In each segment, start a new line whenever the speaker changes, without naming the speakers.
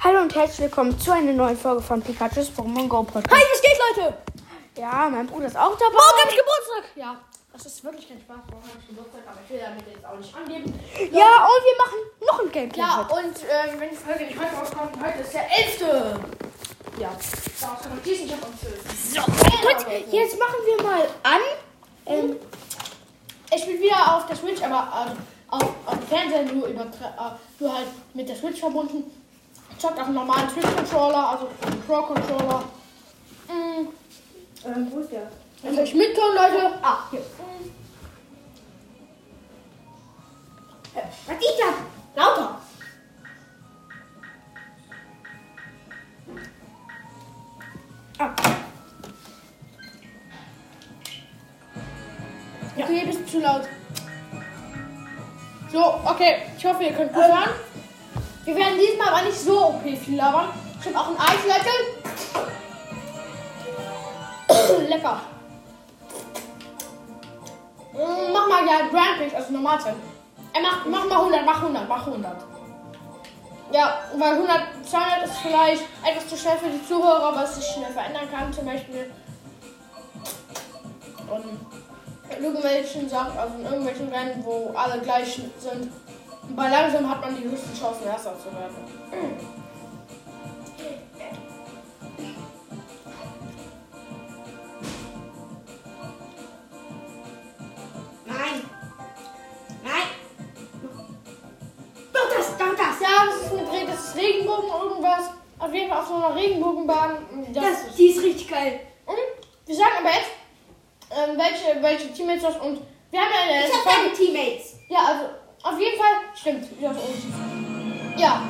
Hallo und herzlich willkommen zu einer neuen Folge von Pikachu's Pokémon Go Podcast.
Hey, was geht, Leute?
Ja, mein Bruder ist auch dabei.
Morgen habe ich Geburtstag. Ja, das ist wirklich kein Spaß. Morgen habe ich Geburtstag, aber ich will damit jetzt auch nicht angeben.
Ja, und wir machen noch ein Gameplay.
Ja,
heute.
und ähm, wenn die Folge nicht heute rauskommt, heute ist der 11. Ja, da hast du noch diesen Job am 12. So,
Gut, jetzt machen wir mal an. Ähm,
Ich bin wieder auf der Switch, aber ähm, auf, auf dem Fernseher nur, übertra- äh, nur halt mit der Switch verbunden. Ich zocke auf einem normalen Switch-Controller, also Pro-Controller. Mm.
Ähm, wo ist der?
Wenn ihr euch mitkommen, Leute. Ah, hier. Äh, Was ist das? Lauter. Ah. Ja. Okay, bist zu laut. So, okay. Ich hoffe, ihr könnt gut hören. Wir werden diesmal aber nicht so OP viel labern. Ich habe auch ein Eis, Leute. Lecker. Mm, Mach mal ja Rampage, also Normalzeit. Er macht, mach mal 100, mach 100, mach 100. Ja, weil 100, 200 ist vielleicht etwas zu schnell für die Zuhörer, was sich schnell verändern kann, zum Beispiel. Und in irgendwelchen Sachen, also in irgendwelchen Rennen, wo alle gleich sind. Und bei langsam hat man die höchsten Chancen, Erster zu werden.
Nein. Nein. Doch das, doch das.
Ja, das ist eine, Re- das ist Regenbogen irgendwas. Auf jeden Fall auf so einer Regenbogenbahn.
das, die ist richtig geil.
Und wir sagen aber jetzt, ähm, welche, welche Teammates das und wir haben ja in der
Ich
letzten
hab
Folge.
deine Teammates.
eh, Ja, eh, also auf jeden Fall stimmt. Das Ulti. Ja.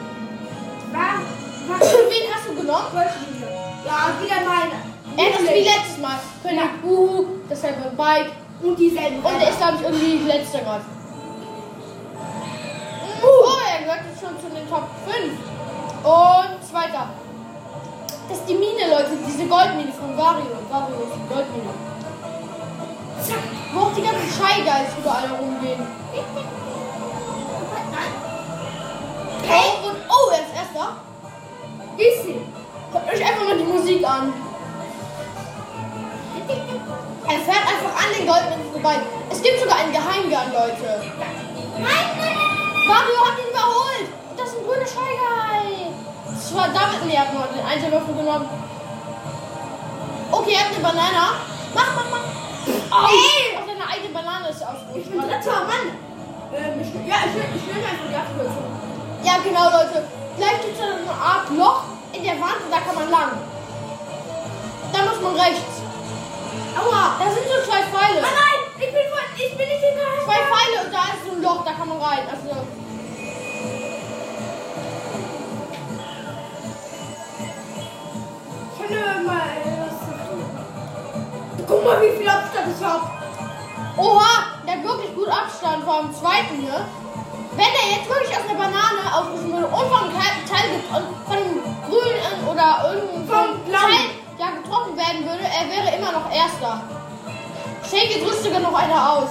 War, war
Wen hast du genommen?
Wollte wieder. Ja, wieder meine.
Er ist wie letztes Mal. König Uhu, dasselbe Bike.
Und dieselben.
Und er ist, glaube ich, irgendwie letzter gerade. Oh, er gehört jetzt schon zu den Top 5. Und zweiter. Das ist die Mine, Leute. Diese Goldmine von Wario. Wario ist die Goldmine.
Zack.
Wo auch die ganzen Shy Guys überall rumgehen.
Nein. Hey,
Oh, und oh, er ist erster.
ist sie.
Hört euch einfach mal die Musik an. Er fährt einfach an den Goldminen vorbei. Es gibt sogar einen Geheimgang, Leute.
Nein, nein, nein.
Mario hat ihn überholt. Und das ist ein grüner Scheigei. Das war damit, nee, er hat nur den Einzelwürfel genommen. Okay, er hat eine Banane. Mach, mach, mach. Oh,
Ey.
Auch deine eigene Banane ist ausgerutscht.
Ich bin dritter Mann. Ähm, ich, ja, ich will, ich will einfach die Abkürzung.
Ja, genau, Leute. Gleich gibt es so eine Art Loch in der Wand und da kann man lang. Da muss man rechts. Aua, da sind so zwei Pfeile.
Ah, nein, ich bin voll, ich bin nicht hinterher.
Zwei Pfeile und da ist so ein Loch, da kann man rein. Also.
Ich kann nur mal äh, was zu tun. Guck mal, wie viel Abstand ich hab.
Oha, der hat wirklich gut Abstand vom zweiten hier. Wenn er jetzt wirklich aus einer Banane aufrufen würde und vom Teil, Teil get- und von dem grünen oder irgendeinem
Vom blauen.
Teil ja, getroffen werden würde, er wäre immer noch erster. Schenke drückt sogar noch einer aus.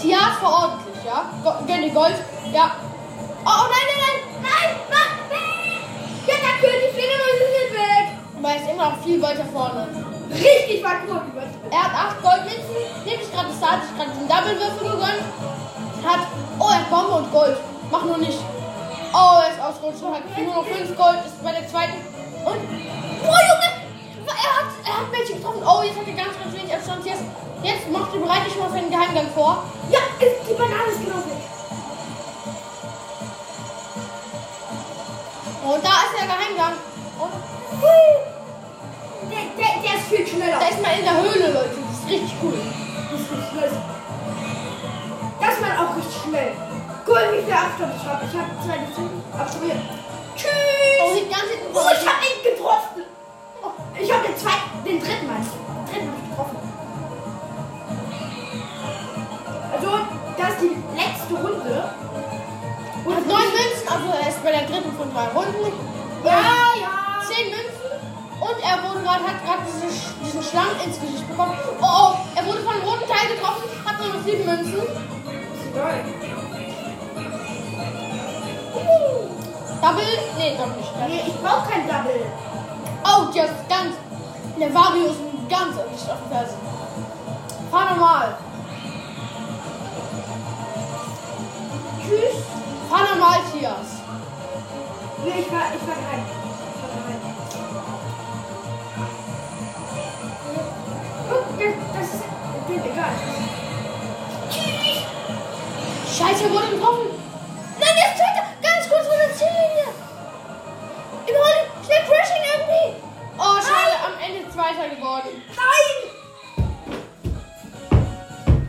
Tias verordentlich, ja? Go- Jenny Gold, ja. Oh, oh nein, nein, nein, nein, nein, nein. Ja, der König wird immer weg. Aber er ist immer noch viel weiter vorne.
Richtig weit rüber.
Er hat 8 Goldmünzen, dem ist gerade Start, ich gerade den Double-Würfel gegönnt. Hat. Oh, er hat Bombe und Gold. Mach nur nicht. Oh, er ist ausgerutscht und hat nur noch 5 Gold, ist bei der zweiten. Und. Oh, Junge! Er hat, er hat welche getroffen. Oh, jetzt hat er ganz, ganz wenig Abstand. Jetzt, jetzt macht er bereit, ich mal seinen Geheimgang vor.
Ja, ist, die Banane ist genau weg.
Und da ist der Geheimgang. Und
Der, der, der ist viel schneller.
da ist man in der Höhle, Leute. Das ist richtig cool.
Das ist richtig schnell. Das war auch richtig schnell. Cool, wie viel Abstand ich habe. Ich habe zwei gezogen. Aber schon hier.
Oh,
Tschüss.
sieht ganz hinten
Oh,
vor.
ich habe ihn getroffen. Oh, ich habe den zweiten, den dritten Mal. Den dritten habe ich getroffen. Also, das ist die letzte Runde.
Und hat 9 Münzen, also er ist bei der dritten von drei Runden.
Ja, ja.
10 Münzen und er wurde grad, hat gerade diese, Sch- diesen Schlamm ins Gesicht bekommen. Oh, oh, er wurde von einem roten Teil getroffen, hat nur noch 7 Münzen.
Ist egal.
Double? Nee, doch nicht.
Nee, ich brauche kein Double.
Oh, der ist ganz. Der Vario ist ganz nicht auf dem Fels. Fahr normal.
Tschüss.
Fahr normal, Tias.
Nee, ich war, ich war rein. Ich war rein. Guck, das, das ist. Bin egal.
Scheiße, er wurde getroffen. Nein, der ist Zweiter. Ganz kurz vor der Ziellinie. Überhol ihn. Schnell crashing irgendwie. Oh, schade. Am Ende Zweiter geworden.
Nein!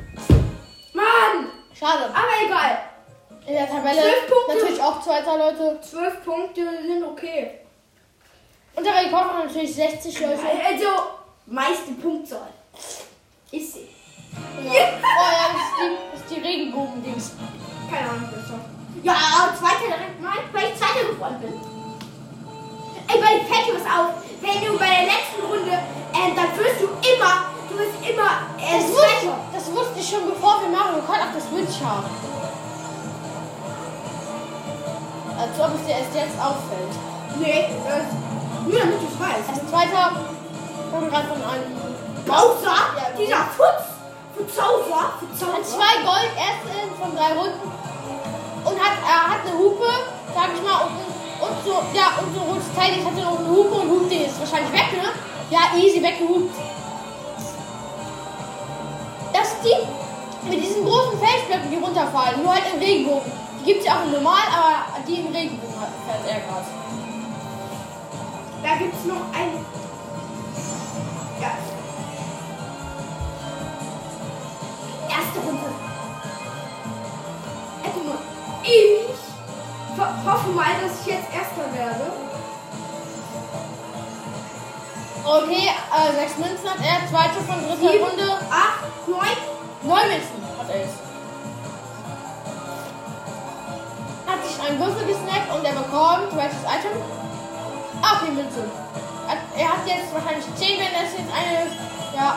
Mann!
Schade.
Aber egal.
In der Tabelle
Zwölf Punkte.
natürlich auch Zweiter, Leute.
Zwölf Punkte sind okay.
Und der Rekord war natürlich 60, Leute.
Also, meiste Punktzahl. Ist sie.
Ja. Oh ja, das ist die, das ist die Regenbogen-Dings.
Keine Ahnung, was das Ja, aber zweiter direkt mal, weil ich zweiter geworden bin. Ey, bei Patty was auf. Wenn du bei der letzten Runde, äh, dann wirst du immer, du wirst immer, äh,
Das wusste, das wusste ich schon bevor wir Mario Kart auf der Switch haben. Als ob es dir erst jetzt auffällt.
Nee, das, nur damit du es weißt.
Als zweiter wurde gerade von einem.
Bowser,
Ja,
dieser Futz, Verzauber,
Hat
Verzauber.
zwei Gold erst in von drei Runden und hat, er hat eine Hupe, sag ich mal, und, und so, ja, und so ein rotes Teil, ich hatte noch eine Hupe und Hupe, die ist wahrscheinlich weg, ne? Ja, easy, weggehupt. Das ist die mit diesen großen Felsblöcken, die runterfallen, nur halt im Regenbogen. Die gibt es ja auch im normal, aber die im Regenbogen hat fährt er gerade.
Da gibt's noch einen. Ja. Erste Runde. Ey, guck mal. Ich ho- hoffe mal, dass ich jetzt Erster werde.
Okay, äh, sechs Münzen hat er, zweite von dritter
Sieben,
Runde,
acht, neun.
neun Münzen hat er jetzt. Hat sich einen Würfel gesnackt und er bekommt, welches Item? Ah, vier Münzen. Hat- Er hat jetzt wahrscheinlich zehn, wenn das jetzt eine ist. Ja.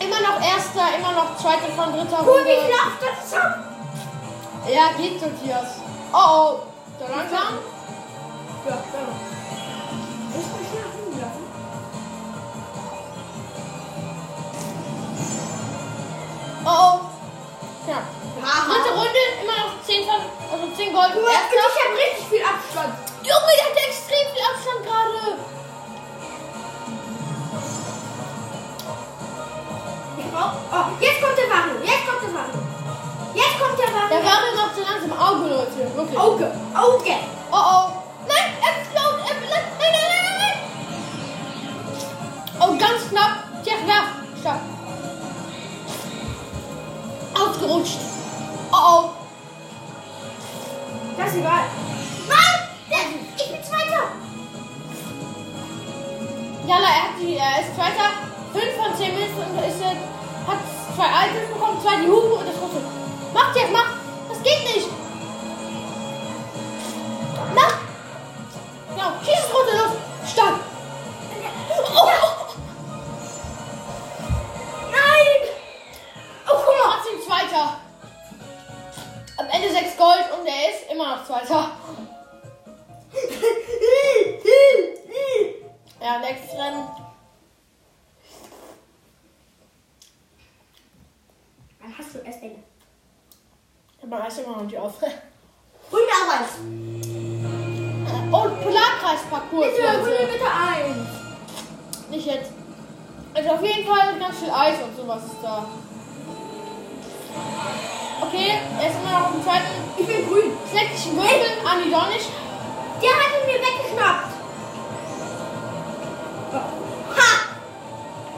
Immer noch erster, immer noch zweiter von dritter
Cool,
Runde.
wie ich auf das ist ab.
Ja, geht so, Tias. Oh, oh. Der Langsam?
Ja, ja. Ich muss nach hinten laufen.
Oh, oh. Ja. Dritte Runde, immer noch 10, von- also 10 Gold.
Guck mal,
Erster.
ich habe richtig viel Abstand.
Junge, der hat extrem viel Abstand gerade.
Ich brauch, oh, jetzt kommt der Wario. Jetzt kommt der Wario. Jetzt kommt der Wario.
Der Wario macht so langsam Auge, Leute. Wirklich. Oh,
Auge, Auge.
oh. oh. Nein, er float, er bleibt. Nein, nein, nein, nein, nein. Oh, ganz knapp. Tja, werf. Stopp. Ausgerutscht. Oh, oh.
Das ist egal. Mann, der- ich bin Zweiter.
Jalla, er, hat die, er ist Zweiter. 5 von 10 Münzen und ist jetzt, hat zwei Alten bekommen, zwei die Hupe und das Rote. Macht jetzt, macht! Das geht nicht! Mach! Genau, schieß das Rote los! Stopp! Oh,
Nein.
oh guck mal, trotzdem Zweiter. Am Ende 6 Gold und er ist immer noch Zweiter. Ja, nächstes Rennen.
Dann hast du erst eine.
Man reißt immer noch die auf.
Runde eins.
Und Oh, Polarkreisparcours.
Bitte,
Leute.
Runde bitte eins.
Nicht jetzt. Also auf jeden Fall ganz viel Eis und sowas ist da. Okay, er ist immer noch auf dem zweiten.
Ich bin grün.
Schlechtlichen Würfel, Anni doch nicht.
Der hat ihn mir weggeschnappt. Ha!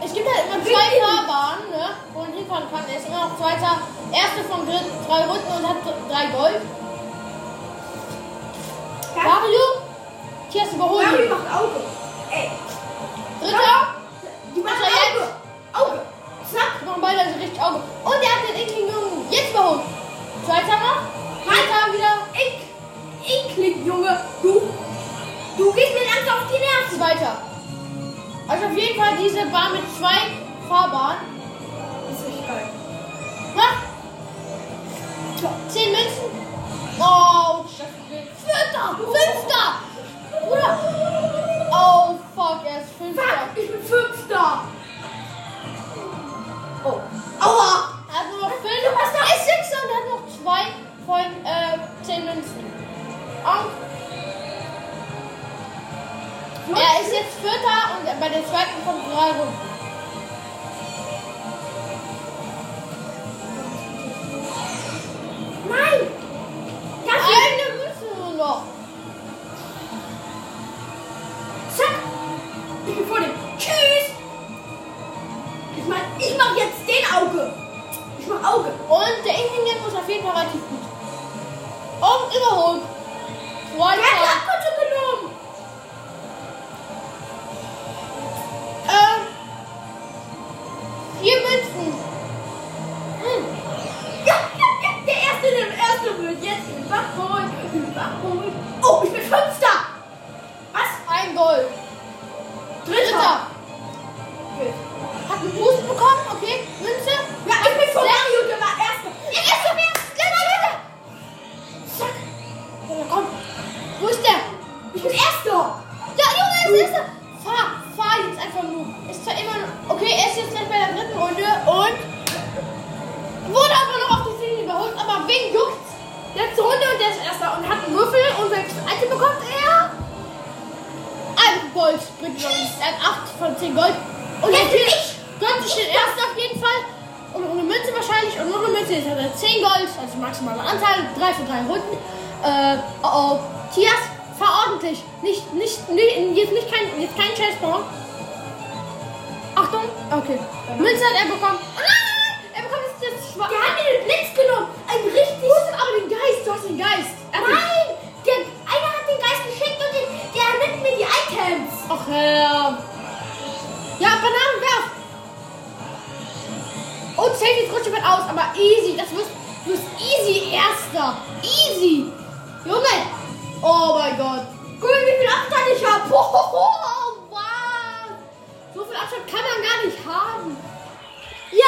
Es gibt halt immer zwei Fahrbahnen, ne? Wo man hinfahren kann. Er ist immer noch zweiter. Erste von dritten, drei Runden und hat drei Gold. Mario, hier hast du
Warum
überholt.
macht Auge? Ey,
Dritter,
die machen
Was war
Auge. Also Auge. Zack.
wir machen beide also richtig Auge. Und er hat den ekligen Jungen jetzt überholt. Zweiter noch. Dritter wieder.
Ich, eklig, Junge. Du, du gehst mir langsam auf die Nerven.
Zweiter. Also auf jeden Fall diese Bahn mit zwei Fahrbahnen.
Das ist echt geil.
Mach! 10 Münzen! 9 Vierter! Fünfter! Bruder! Oh fuck, er ist Fünfter.
Fuck, ich bin Fünfter. Oh. Aua.
Also noch fünf. Du bist noch Sechster und hat noch zwei von äh, zehn Münzen. Und er ist jetzt Vierter und bei der zweiten kommt gerade rum.
Nein. Ganz
Eine Münze nur noch.
Zack! Ich bin vor dem. Tschüss! Ich mach, ich mach jetzt den Auge. Ich mach Auge.
Und der Ingenieur muss auf jeden Fall relativ gut. Um Und überholt.
Er hat die
Zweiter.
Abkürzung genommen.
Ähm, vier Münzen. Hm.
Ja, ja, ja. Der erste, der erste wird jetzt überholt. Überholt. Oh, ich bin Fünfter. Was?
Ein Gold. Dritter. Hat einen Boost bekommen, okay. Münze.
Ja, ich bin vor Mario, der war Erster.
Der erste Bär. Der war
Zack.
der. Ja, komm. Wo ist der?
Ich bin Erster.
Der Junge ist erster. Fahr, fahr jetzt einfach nur. Ist zwar immer noch. Okay, er ist jetzt gleich bei der dritten Runde und wurde aber noch auf die Linie überholt. Aber wen juckt's? Letzte Runde und der ist erster und hat einen Würfel und welches Item bekommt er? Ein Gold Tschüss. Ein 8 von 10 Gold. Und
Jetzt
jetzt
bin
ich. Gold ist der erste auf jeden Fall. Und ohne Münze wahrscheinlich. Und ohne Münze ist er 10 Gold, also maximale Anzahl. 3 für 3 Runden. Äh, oh oh. Tias, fahr ordentlich. Nicht, nicht, nicht jetzt nicht kein, jetzt kein Chessbaum. Achtung. Okay. Münze hat er bekommen. Oh nein! Er bekommt jetzt das Schwarz.
Der hat mir den Blitz genommen. Ein richtig.
Du hast aber den Geist. Du hast den Geist. Er hat den-
Nein! Der, einer hat den Geist geschickt und den, der nimmt mir die Items.
Ach, äh, ja, Bananen werf! Und zählt jetzt rutscht jemand aus, aber easy, das wirst du bist easy Erster. Easy! Junge! Oh mein Gott!
Guck mal, wie viel Abstand ich habe.
Boah, wow! Oh, So viel Abstand kann man gar nicht haben! Yay,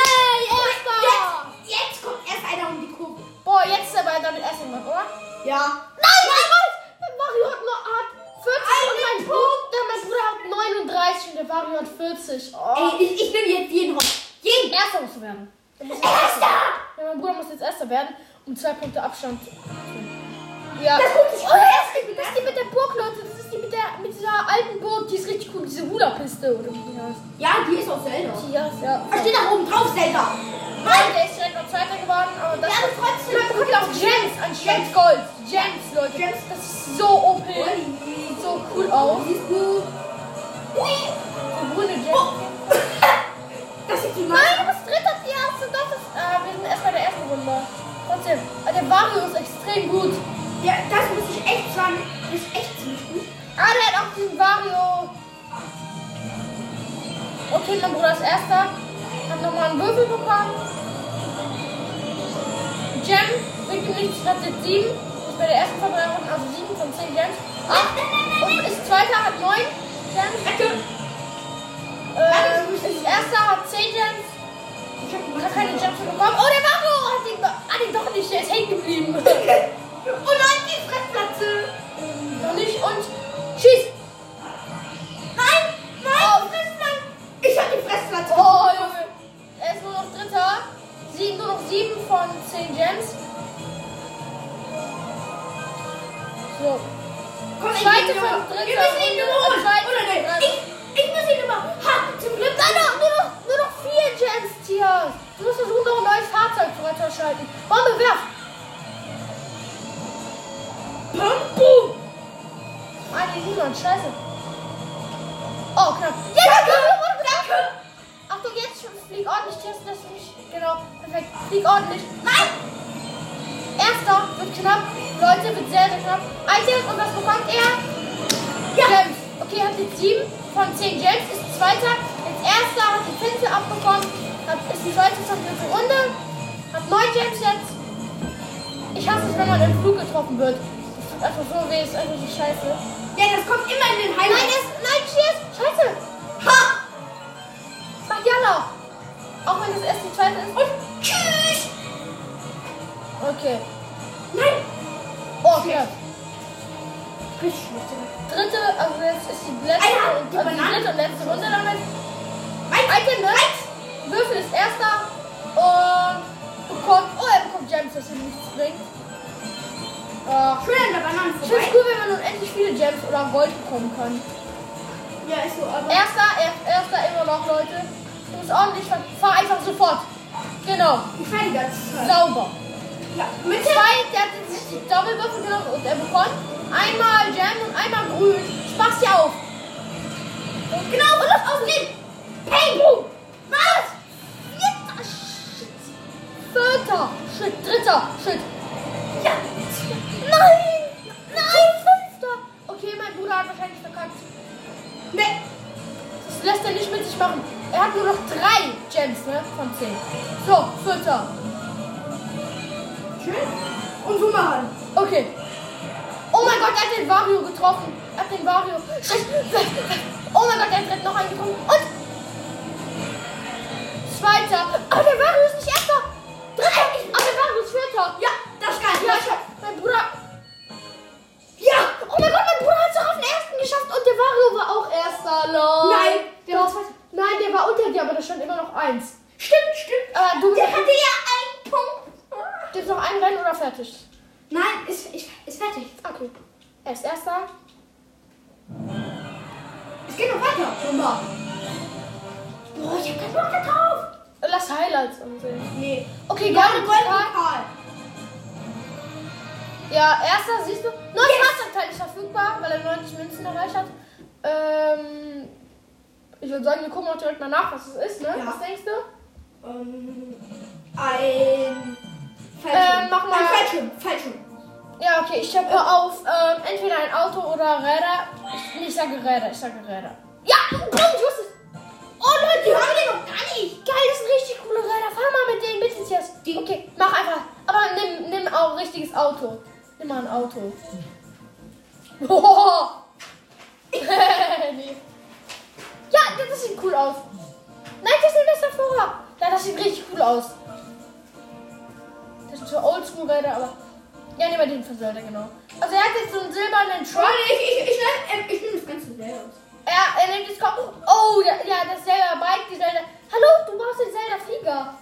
Erster!
Jetzt, jetzt kommt erst einer um die Kurve.
Boah, jetzt ist aber dann erst jemand, oder?
Ja.
Nein, mein Gott! Mario hat nur hat 40 und mein Bruder, mein Bruder hat 39 und der Mario hat 40. Oh.
Ey, ich, ich nehme jetzt jeden Hund. Jeden.
Erster musst du werden. Du musst jetzt
Erster!
Ja, mein Bruder muss jetzt Erster werden, um zwei Punkte Abstand zu Ja.
Das guck ich
Oh,
erst.
das ist die- das ist die mit der Burg, Leute. Das ist die mit, der, mit dieser alten Burg. Die ist richtig cool. Diese Hula-Piste oder wie die heißt.
Ja, die ist auf Zelda.
Die heißt, ja.
Was steht da oben drauf, Zelda?
Nein, der ist direkt noch Zweiter geworden. Aber das
Ja, aber trotzdem.
Man bekommt auch Gems. An Gems Gold. Gems, Leute. Gems. Das ist so OP. Sieht so cool aus.
Siehst du? Ui.
Die grüne Gems.
Das ist die
Nein,
Nein.
du bist dritter, die erste. Das ist, äh, wir sind erst bei der ersten Runde. Trotzdem, äh, der Mario ist extrem gut.
Ja, das muss ich echt sagen. Das ist echt ziemlich gut.
Ah, der hat auch diesen Mario. Okay, mein Bruder ist erster. Hat nochmal einen Würfel bekommen. Gem, bringt ihm nichts, hat jetzt sieben. Ist bei der ersten Verbrennung, also sieben von zehn Gems. Ach, und ist zweiter, hat neun Gems.
Danke.
Äh, ist erster, hat zehn Gems.
Ich hab
Hat keine Gems bekommen. Oh, der Mario hat den, ah, den doch nicht, der ist hängen geblieben.
Oh
Oh
nein, die Fressplatte.
Noch nicht und schieß.
Nein, nein, Fressplatte. Ich hab die Fressplatte.
Oh, Junge. Er ist nur noch Dritter. Sieben, nur noch sieben von zehn Gems. So.
Komm, ich
Zweite
nehme
von
Nummer.
dritter.
Wir müssen ihn überholen.
Zweite
Oder
von
nee,
dritter.
ich, ich muss ihn überholen. Ha, zum Glück
Nein, noch, nur, noch, nur noch vier Gems, Tia. Du musst versuchen, noch ein neues Fahrzeug freizuschalten. Bombe, werf.
Pum, pum.
Ah, die niemand. Scheiße. Oh, knapp. Jetzt! Danke! Danke! Achtung, jetzt schon. Flieg ordentlich. Jetzt lässt du mich. Genau. Perfekt. Flieg ordentlich. Nein! Erster wird knapp. Leute, wird sehr, sehr knapp. Eins und was bekommt er?
Ja.
Gems. Okay, hat jetzt sieben von zehn Gems. Ist Zweiter. Jetzt Erster. Hat die Pinsel abbekommen. Hat, ist die zweite zur dritten Runde. Hat neun Gems jetzt. Ich hasse es, wenn man im Flug getroffen wird. Das tut einfach so weh. Das ist einfach so scheiße.
Ja, das kommt immer in den
Nein,
Highlights.
das, nein, cheers! Scheiße!
Ha.
Mach ja noch! Auch wenn das erst die zweite ist. Und
Tschüss.
okay.
Nein.
Oh, okay.
Richtig schlecht. Digga.
Dritte, also jetzt ist die letzte,
Eine Hand, die
also die
Banane.
dritte und letzte Runde damit.
Mein
Icon wird, Würfel ist erster und bekommt, oh, er bekommt Gems, dass ihm nichts bringt. Ach,
schön an der Banane
ich finde
vorbei.
es cool, wenn man unendlich viele Gems oder Gold bekommen kann.
Ja, ist so, aber.
Erster, er- erster immer noch, Leute. Du bist ordentlich, ver- fahr einfach sofort. Genau,
Ich fahre die ganze Zeit.
sauber.
Ja,
Mit zwei, der hat jetzt die Doppelwürfel genommen und er bekommt einmal Gem und einmal Grün. Spaß dir auf. Und genau, und das auf den Peng. Was? Vierter Schritt. Vierter Schritt. Dritter Schritt. Ja. Nein. Nein, fünfter. Okay, mein Bruder hat wahrscheinlich verkackt. Nee. Das lässt er nicht mit sich machen. Er hat nur noch drei Gems, ne? Von zehn. So, vierter.
schön. Und so machen.
Okay. Oh mein Gott, er hat den Vario getroffen. Er hat den Vario. Oh mein Gott, er hat noch einen getroffen. Und. Zweiter. Aber der Vario ist nicht erster. Dritter. Aber der Vario ist vierter.
Ja, das ist geil.
Ja,
Ja, schön.
mein Bruder. Ja. Oh mein Gott, mein Bruder hat es auch auf den ersten geschafft. Und der Vario war auch erster. Lol.
Nein, der war
Doch.
zweiter.
Nein, der war unter dir, aber da stand immer noch eins.
Stimmt, stimmt.
Äh, du
Der hatte ja einen Punkt.
Gibt noch ein Rennen oder fertig?
Nein, ist, ist, ist fertig.
Okay. Er ist erster.
Es geht noch weiter. Wunder. Boah, ich hab keinen Bock da drauf.
Lass Highlights ansehen.
Nee.
Okay,
Ja,
Golden
Gold
Pokal.
Pokal.
Ja, erster siehst du. Neues Fahrzeugteil ist verfügbar, weil er 90 Münzen erreicht hat. Ähm, ich würde sagen, wir gucken auch direkt mal nach, was es ist, ne?
Ja.
Was denkst du?
Ähm, ein
Ähm, mach mal-
Ein Fallschirm. Fallschirm.
Ja, okay, ich habe auf ähm, entweder ein Auto oder Räder. Ich, nee, ich sage Räder, ich sage Räder. Ja, komm, ich wusste es. Oh Leute, die haben den noch gar nicht. Geil, das sind richtig coole Räder. Fahr mal mit denen, bitte jetzt. Okay, mach einfach. Aber nimm, nimm auch ein richtiges Auto. Nimm mal ein Auto. Oh. nee. Ja, das- das sieht cool aus. Nein, das sieht besser vorher. Nein, das sieht richtig cool aus. Das sind so Oldschool-Räder, aber... Ja, nehmen wir den von Zelda, genau. Also er hat jetzt so einen silbernen
Warte,
Truck.
ich, ich, ich, nehm- ähm, ich nehme das Ganze selber. aus.
Er, er nimmt das Kopf. Oh, ja, ja, das Zelda Bike, die Zelda... Hallo, du brauchst den Zelda Flieger.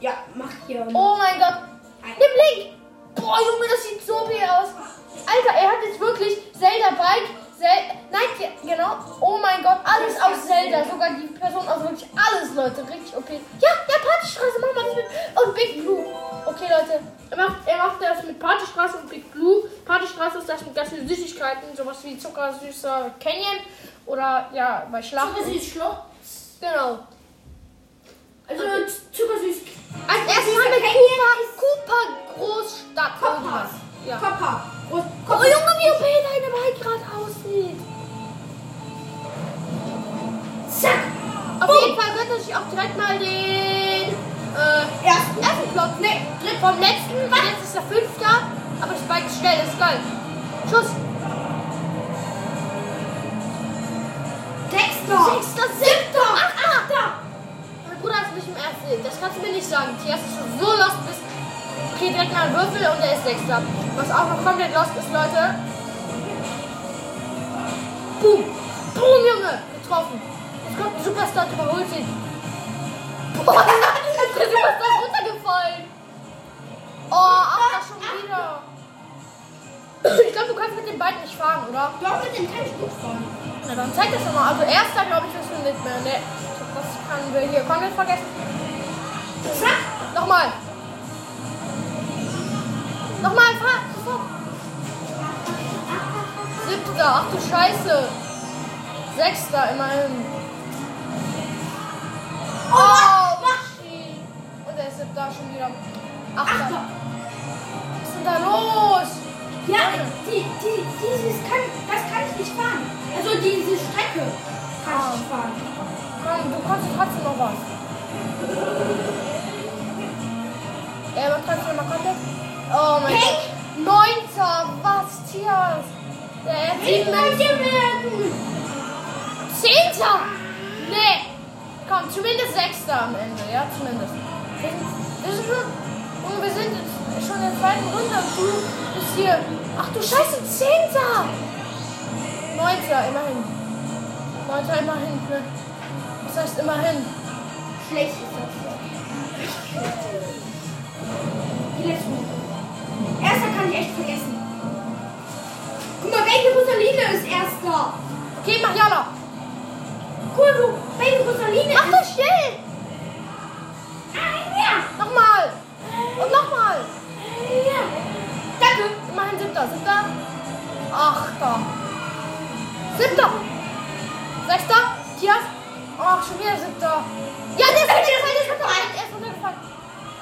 Ja, mach hier.
Oh mein Gott. Nimm Link. Boah, Junge, das sieht so viel aus. Alter, er hat jetzt wirklich Zelda Bike. Zel Nein, ge- genau. Oh mein Gott, alles aus Zelda. Sogar die Person aus wirklich alles, Leute. Richtig OP. Ja, ja, Partystraße, mach mal das mit. Und Big Blue. Okay, Leute. Er macht, er macht das mit Partystraße und Big Blue. Partystraße ist das mit ganz vielen Süßigkeiten. Sowas wie zuckersüßer Canyon. Oder, ja, bei Schlacht.
Zuckersüß Schluck.
Genau.
Also zuckersüß
Als erstes haben wir Cooper, Cooper Großstadt.
Koppers.
Ja.
Kopper. Groß-
Oh
Kopper.
Junge, wie OP deine Bike gerade aussieht.
Zack.
Auf jeden Fall gönnt euch auch direkt mal den äh,
Ersten.
ersten Block. Ne, dritt vom letzten. Weil jetzt ist der fünfte. Aber das Bike ist schnell, das ist geil. Schuss.
Sechster.
Sechster, siebter, achter. Mein Bruder hat mich im ersten. Hit. Das kannst du mir nicht sagen. Tias ist schon so lost bis. Okay, direkt mal einen Würfel und er ist sechster. Was auch noch komplett lost ist, Leute. Boom. Boom, Junge. Getroffen. Jetzt kommt ein Superstar und überholt ihn. Boah, ist der Superstar runtergefallen. Oh, achter schon wieder. Ich glaube, du kannst mit dem Bike nicht fahren, oder?
Doch, mit dem kann ich gut fahren.
Na dann zeig das doch mal. Also erster glaube ich wissen wir nicht mehr. Ne, das kann wir hier komplett vergessen.
Zack.
Nochmal. Nochmal, fahr. sofort. Siebter, ach du Scheiße. Sechster immerhin. Oh, Maschi. Und der siebter schon wieder. Achter.
Achter.
Was ist denn da los?
Ja, die, die, dieses kann, das kann ich nicht fahren. Also diese Strecke kann ich nicht fahren.
Komm, du kannst trotzdem noch was. Ja, man kann schon mal konnte. Oh mein
Hey.
Gott. Neunter, was, Tias? Der hat sieben Münzen.
werden.
Zehnter! Nee. Komm, zumindest Sechster am Ende, ja, zumindest. Wir sind, wir sind, und wir sind jetzt schon in der zweiten Runde und du bist hier. Ach du Scheiße, Zehnter! Neunter, immerhin. Neunter, immerhin. Ne? Das heißt immerhin.
Schlecht ist das. Die letzte Runde. Erster kann ich echt vergessen. Guck mal, welche Rosaline ist erster?
Okay, mach Jana.
Cool, du. Welche Rosaline?
Mach doch schnell!
Ah, ja.
Nochmal! Und nochmal!
Ja. Danke.
Immerhin siebter, siebter. Achter. Siebter. Sechster. Tias. Ach, schon wieder siebter. Ja, der ist der ist der ist runtergefallen. Er ist runtergefallen.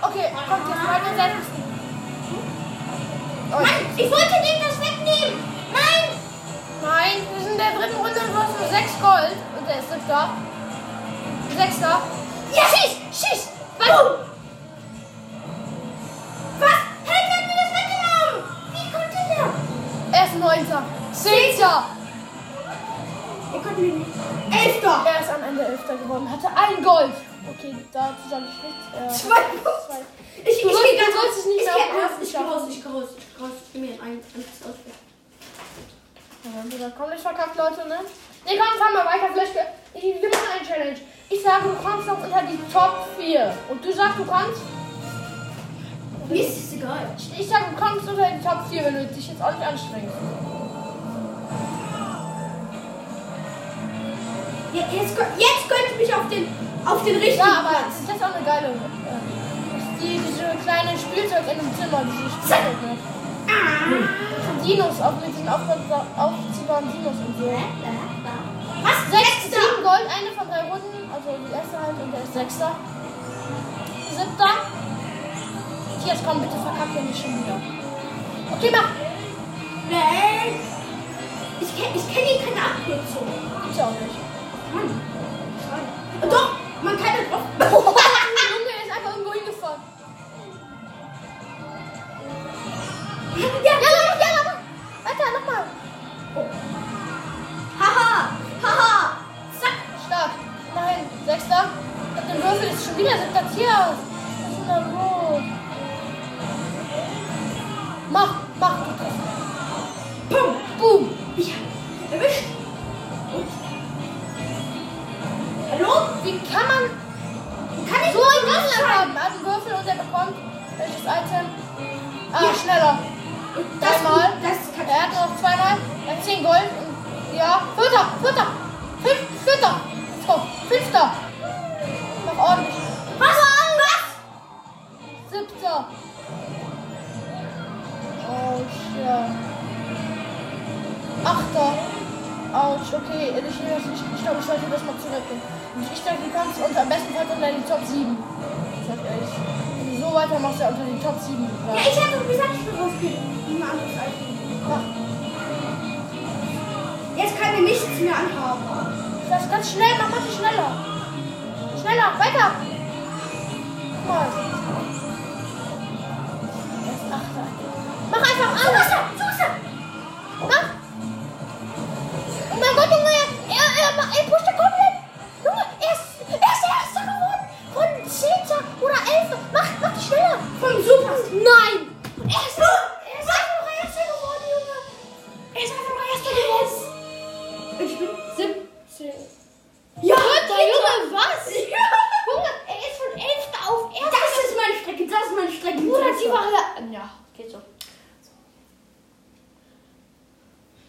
Okay, kommt jetzt mal den sechsten.
Mann, ich wollte den das wegnehmen. Nein.
Nein, wir sind in der dritten Runde und du hast nur sechs Gold. Und der ist siebter. Sechster.
Ja. Schieß, schieß. Was? Was? Hey, der hat mir das weggenommen. Wie konnte der?
Er ist neunter. Zehnter.
Er konnte mir nicht. Elfter.
Er ist am Ende elfter geworden. Hatte ein Gold. Okay, dazu sage ich nichts. Äh,
Zwei Punkte. Ich, ich,
Du sollst-
geh grad
du sollst es nicht
ich
mehr
geh
auf den
raus,
ersten
Ich geh raus, ich geh raus, ich geh raus. Ich geh mir ein, ein bisschen aus.
ja, komm nicht verkackt, Leute, ne? Nee, komm, fahren wir weiter. Vielleicht, wir wir machen eine Challenge. Ich sage, du kommst noch unter die Top 4. Und du sagst, du kannst.
Mir ist es egal.
Ich sage, du kommst unter die Top 4, wenn du dich jetzt auch nicht anstrengst.
Ja, jetzt, kö- jetzt könnte ich mich auf den, auf den richtigen
Ja, aber
Platz.
das ist auch eine geile. Äh, die, diese kleine Spielzeug in dem Zimmer, diese Spielzeug. Ne?
Ah.
Von Dinos, auch mit den aufbau- aufziehbaren Dinos und so.
Was?
Sechs,
Sechster?
sieben Gold, eine von drei Runden. Also die erste halt und der ist Sechster. Siebter. Jetzt komm, bitte verkackt ihr nicht schon wieder. Okay, mach.
Nein. Ich kenne ich kenn hier keine Abkürzung.
Gibt's ja auch nicht.
Mann. Schade. Doch, man kann das auch.
Der Junge ist einfach irgendwo hingefahren.
ja,
Ja, mach, ja, mach. Weiter, nochmal.
Haha. Haha. Zack.
Stark. Nein, Sechster. Und den Würfel ist schon wieder siebter Tier. Das ist eine Rot. Mach, mach. du triffst.
Pum.
Boom.
Ich hab erwischt. Und? Hallo?
Wie kann man
Kann ich
So einen Würfel haben. Also einen Würfel und er bekommt welches Item? Ah, schneller.
das
Dreimal.
das kann
Er hat noch zweimal. Er hat 10 Gold. Und, ja, vierter, vierter. Fünf, vierter. Let's go. Fünfter. Noch ordentlich.
Was? Was?
Siebter. Oh, ja. Achter. Autsch, okay. Ich, ich, ich, ich glaube, ich sollte das mal zurückgehen. Ich denke, du kannst unter, am besten Fall unter die Top 7. Ich sag ehrlich. Wenn du so weitermachst, ja unter die Top 7.
Ja, ich hätte doch gesagt, ich bin rausgehen. Niemand anderes als
Mach
ich. Jetzt kann mir nichts mehr anhaben.
das ganz schnell, mach mal schneller. Schneller, weiter. Guck mal. Das ist Achter. Mach einfach an.
Zusa, Zusa.
Mach! Oh mein Gott, Junge! Er, er, er pusht den komplett! Junge, er ist, er ist Erster geworden! Von 10. oder 11. Mach, mach dich schneller!
Vom Super.
Nein!
Er ist nur. Er ist einfach noch Erster geworden, Junge. Er ist einfach noch Erster geworden. Und ich bin 17. Ja,
Dritter, Junge,
was? Junge, er ist von 11. auf 1. Das ist meine Strecke, das ist meine Strecke.
Bruder, die war
Ja, geht so.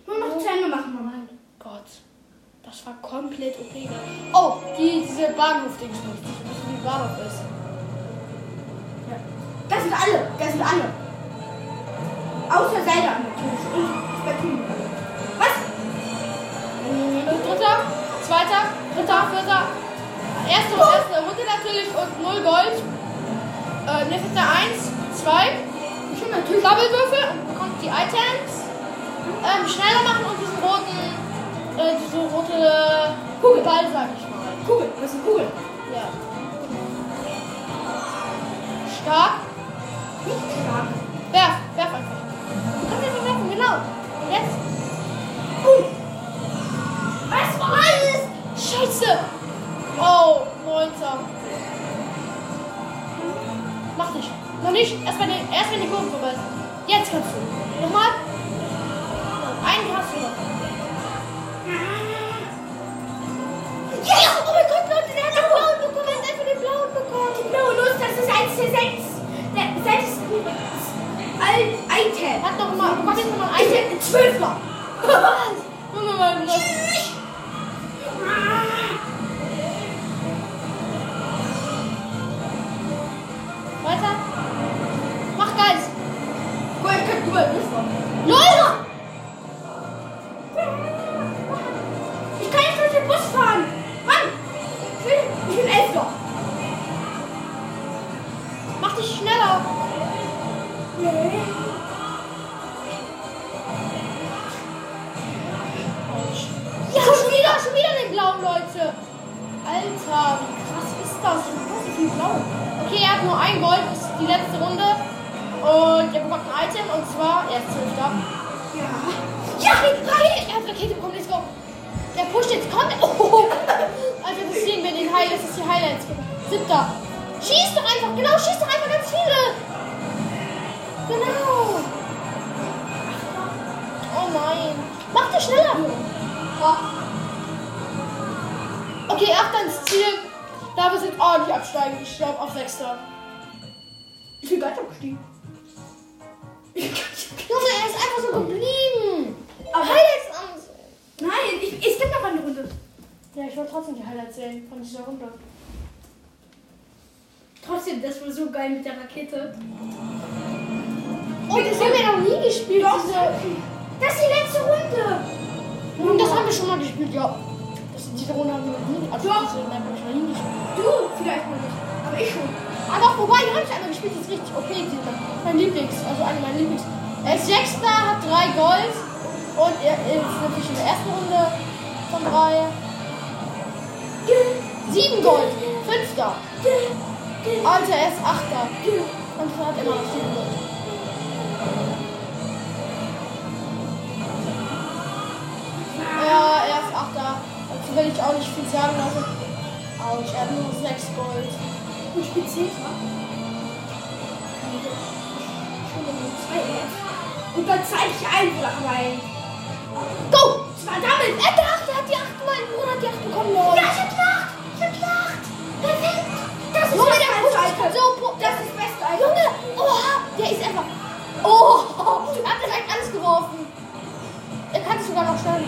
Nur noch zu Ende machen, Mama.
Oh Gott, das war komplett OP. Oh, die, diese Bahnhof-Dings nicht. Ich weiß nicht, wie Bahnhof ist.
Das sind alle, das sind alle. Außer Zelda natürlich und Spatula. Was?
Dritter, zweiter, dritter, vierter. Erste, erste Runde natürlich und 0 Gold. Äh, ne, vierter 1, 2.
Ich bin natürlich.
Doppelwürfel und bekommt die Items. Ähm, schneller machen und diesen roten, äh, diese rote Kugelball, sag ich mal.
Kugel, das ist eine Kugel.
Ja. Stark.
Nicht stark.
Werf, werf einfach. Du kannst einfach werfen, genau. Und jetzt?
Was war alles?
Scheiße! Oh, neunter. Mach nicht. Noch nicht. Erst wenn die, erst wenn die Kurve Jetzt kannst du. Nochmal. Einen hast du noch.
Ja, oh mein Gott, Leute, der hat den blauen bekommen. Er hat einfach den blauen bekommen. Die blaue Nuss, das ist eins der sechs. Der sechs Al Item.
Hat noch mal. Komm jetzt noch mal
Ich
einen.
hätte zwölfmal.
Junge, Mann. das- Weiter. Mach Geist.
Guck mal, ich könnte überall Nuss machen.
Leute!
Ich kann jetzt mit dem Bus fahren. Mann, ich will, ich will elf noch.
Mach dich schneller. Ja, schon wieder, schon wieder den blauen, Leute. Alter, wie krass ist das? Was ist denn blau? Okay, er hat nur ein Gold, das ist die letzte Runde. Und er bekommt ein Item und zwar, er ist Zwölfter. Ja. Ja, Rakete, er hat Rakete bekommen, let's go. Der pusht jetzt, kommt. Oh. Also das sehen wir in den Highlights, das ist die Highlights. Siebter. Schieß doch einfach, genau, schieß doch einfach ganz viele. Genau. Oh nein. Mach dich schneller, Junge. Okay, achter ins Ziel. Da wir sind ordentlich absteigen. Ich glaube auf sechster.
Ich bin ganz abgestiegen. Ich bin ganz abgestiegen.
Junge, er ist einfach so geblieben.
Aber-
Highlights an.
Nein, ich, es gibt noch eine Runde.
Ja, ich wollte trotzdem die Highlights sehen von dieser Runde.
Trotzdem, das war so geil mit der Rakete.
Oh, das haben wir noch nie gespielt. Diese,
Das ist die letzte Runde.
Hm, das haben wir schon mal gespielt, ja. Das, diese Runde haben wir noch nie. Also, diese Runde haben wir schon mal nie gespielt.
Du vielleicht mal nicht, aber ich schon.
Ah doch, wobei, die habe ich einmal gespielt, die ist richtig OP, die mein Lieblings, also eine meiner Lieblings. Er ist Sechster, hat drei Gold und er ist natürlich in der ersten Runde von drei. Sieben Gold, Fünfter. Alter, er ist Achter. Und er hat immer noch sieben Gold. Ja, er ist Achter. Dazu will ich auch nicht viel sagen, Leute. Autsch, er hat nur noch sechs Gold.
Ich bin Zehnter. Und dann zeige ich einfach rein.
Go!
Es war damit.
Er hat die Acht, er hat die Acht, mein Bruder hat die Acht bekommen, Leute.
Ja, ich hab gelacht. Ich hab gelacht. Perfekt. Das ist
Junge,
das
der Push ist
beste Item.
so po
Das ist das beste Item.
Junge, oha, der ist einfach. Oh, er hat direkt alles geworfen. Er kann es sogar noch schnell.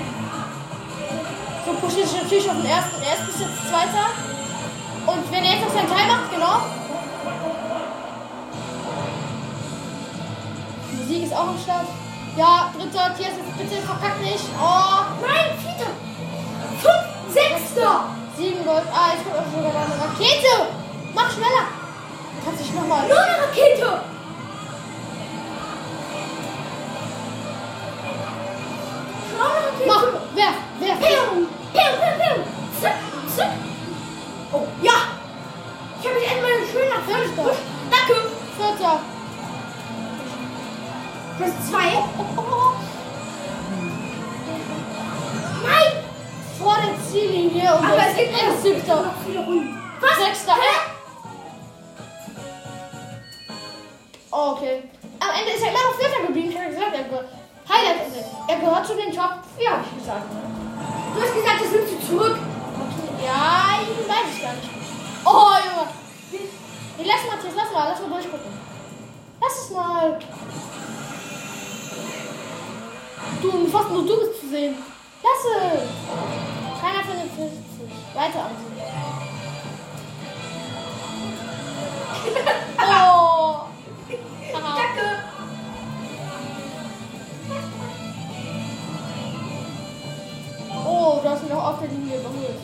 So pusht er sich natürlich auf den ersten. Er ist bis jetzt Zweiter. Und wenn er jetzt noch seinen Teil macht, genau. Die Musik ist auch am Start. Ja, dritter, Tier ist jetzt bitte verkackt nicht. Oh,
Nein, vierter. Fünf, sechster.
sieben Gold. Ah, jetzt kommt auch sogar noch eine Rakete. Mach schneller. Kannst dich nochmal.
Nur eine Rakete. Nur eine Rakete.
Mach, werf, werf.
Pium, pium, pium, pium. Zip, zip. Oh, ja. Ich habe mich einmal schön nach vorne gepusht. Danke.
Vierter.
Plus zwei. Oh, Nein.
Vor der Ziellinie und
Aber
jetzt
es gibt
er
noch
ist siebter.
noch viele Runden.
Sechster.
Hä?
Oh, okay. Am Ende ist er immer noch vierter geblieben. Ich habe gesagt, er gehört. Highlight ist er. Er gehört zu den Top 4, habe ich gesagt. ne?
Du hast gesagt, das nimmst du zurück.
Okay. Ja, ich weiß ich gar nicht. Oh, Junge. Nee, lass mal, Matthias, lass mal, lass mal durchgucken. Lass es mal. Du, fast nur du bist zu sehen. Lass es. Keiner von den 50. Weiter also. ansehen. Oh. Aha.
Danke.
Oh, du hast ihn auch auf der Linie überholt.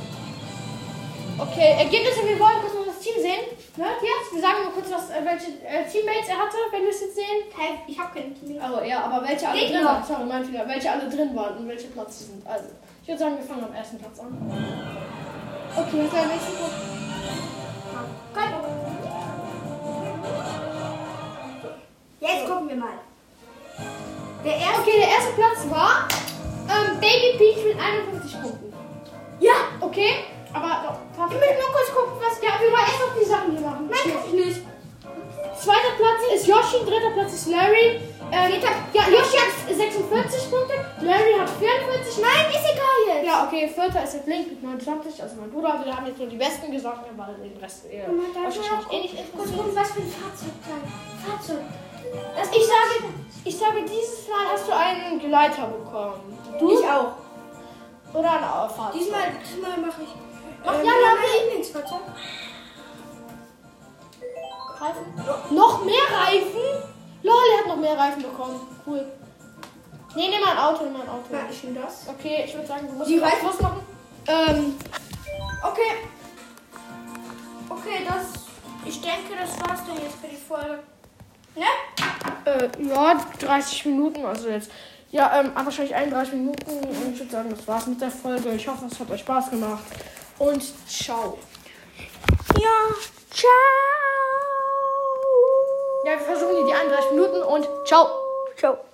Okay, Ergebnisse, wir wollen kurz noch das Team sehen. Ne, Matthias? Wir sagen mal kurz, was, äh, welche äh, Teammates er hatte, wenn wir es jetzt sehen.
Kein- Ich habe keinen Team.
Also ja, aber welche alle
Gegner.
drin waren, sorry, mein Fehler, welche alle drin waren und welche Platz sie sind. Also, ich würde sagen, wir fangen am ersten Platz an. Okay, was ist der nächste Platz?
Jetzt gucken wir mal. Der erste.
Okay, der erste Platz war ähm, Baby Peach mit 51 Punkten.
Ja.
Okay, aber doch,
Ich möchte nur kurz gucken, was
ja, wir wollen erst noch die Sachen hier machen.
Nein, kann ich nicht.
Zweiter Platz ist Yoshi, dritter Platz ist Larry, Ähm,
Vierter.
ja, Yoshi hat 46 Punkte, Larry hat 44.
Nein, ist egal jetzt.
Ja, okay, vierter ist jetzt Link mit 29, also mein Bruder. Wir haben jetzt nur die Besten gesagt, aber den Rest... Äh,
Guck mal, da
wahrscheinlich
hat man
eh
auch
nicht
kurz
interessiert.
gucken, was für ein Fahrzeugteil. Fahrzeug.
Das- Ich sage, ich sage, dieses Mal hast du einen Gleiter bekommen. Du?
Ich auch.
Oder einen Auffahrt.
Diesmal, diesmal mache ich.
Mach
Ähm,
ja,
ja,
Labi.
mein Lieblingsfahrzeug.
Reifen? Noch mehr Reifen? Lol, er hat noch mehr Reifen bekommen. Cool. Nee, nimm mal ein Auto, nimm mal ein Auto.
Na, ich nehme das.
Okay, ich würde sagen, du musst
Die
was
Reifen-
losmachen.
Ähm. Okay. Okay, das. Ich denke, das war's dann jetzt für die Folge. Ne?
Äh, ja, 30 Minuten, also jetzt. Ja, ähm, aber wahrscheinlich 31 Minuten. Und ich würde sagen, das war's mit der Folge. Ich hoffe, es hat euch Spaß gemacht. Und ciao.
Ah,
Ja. Ciao.
Ja, wir versuchen hier die 31 Minuten und ciao.
Ciao.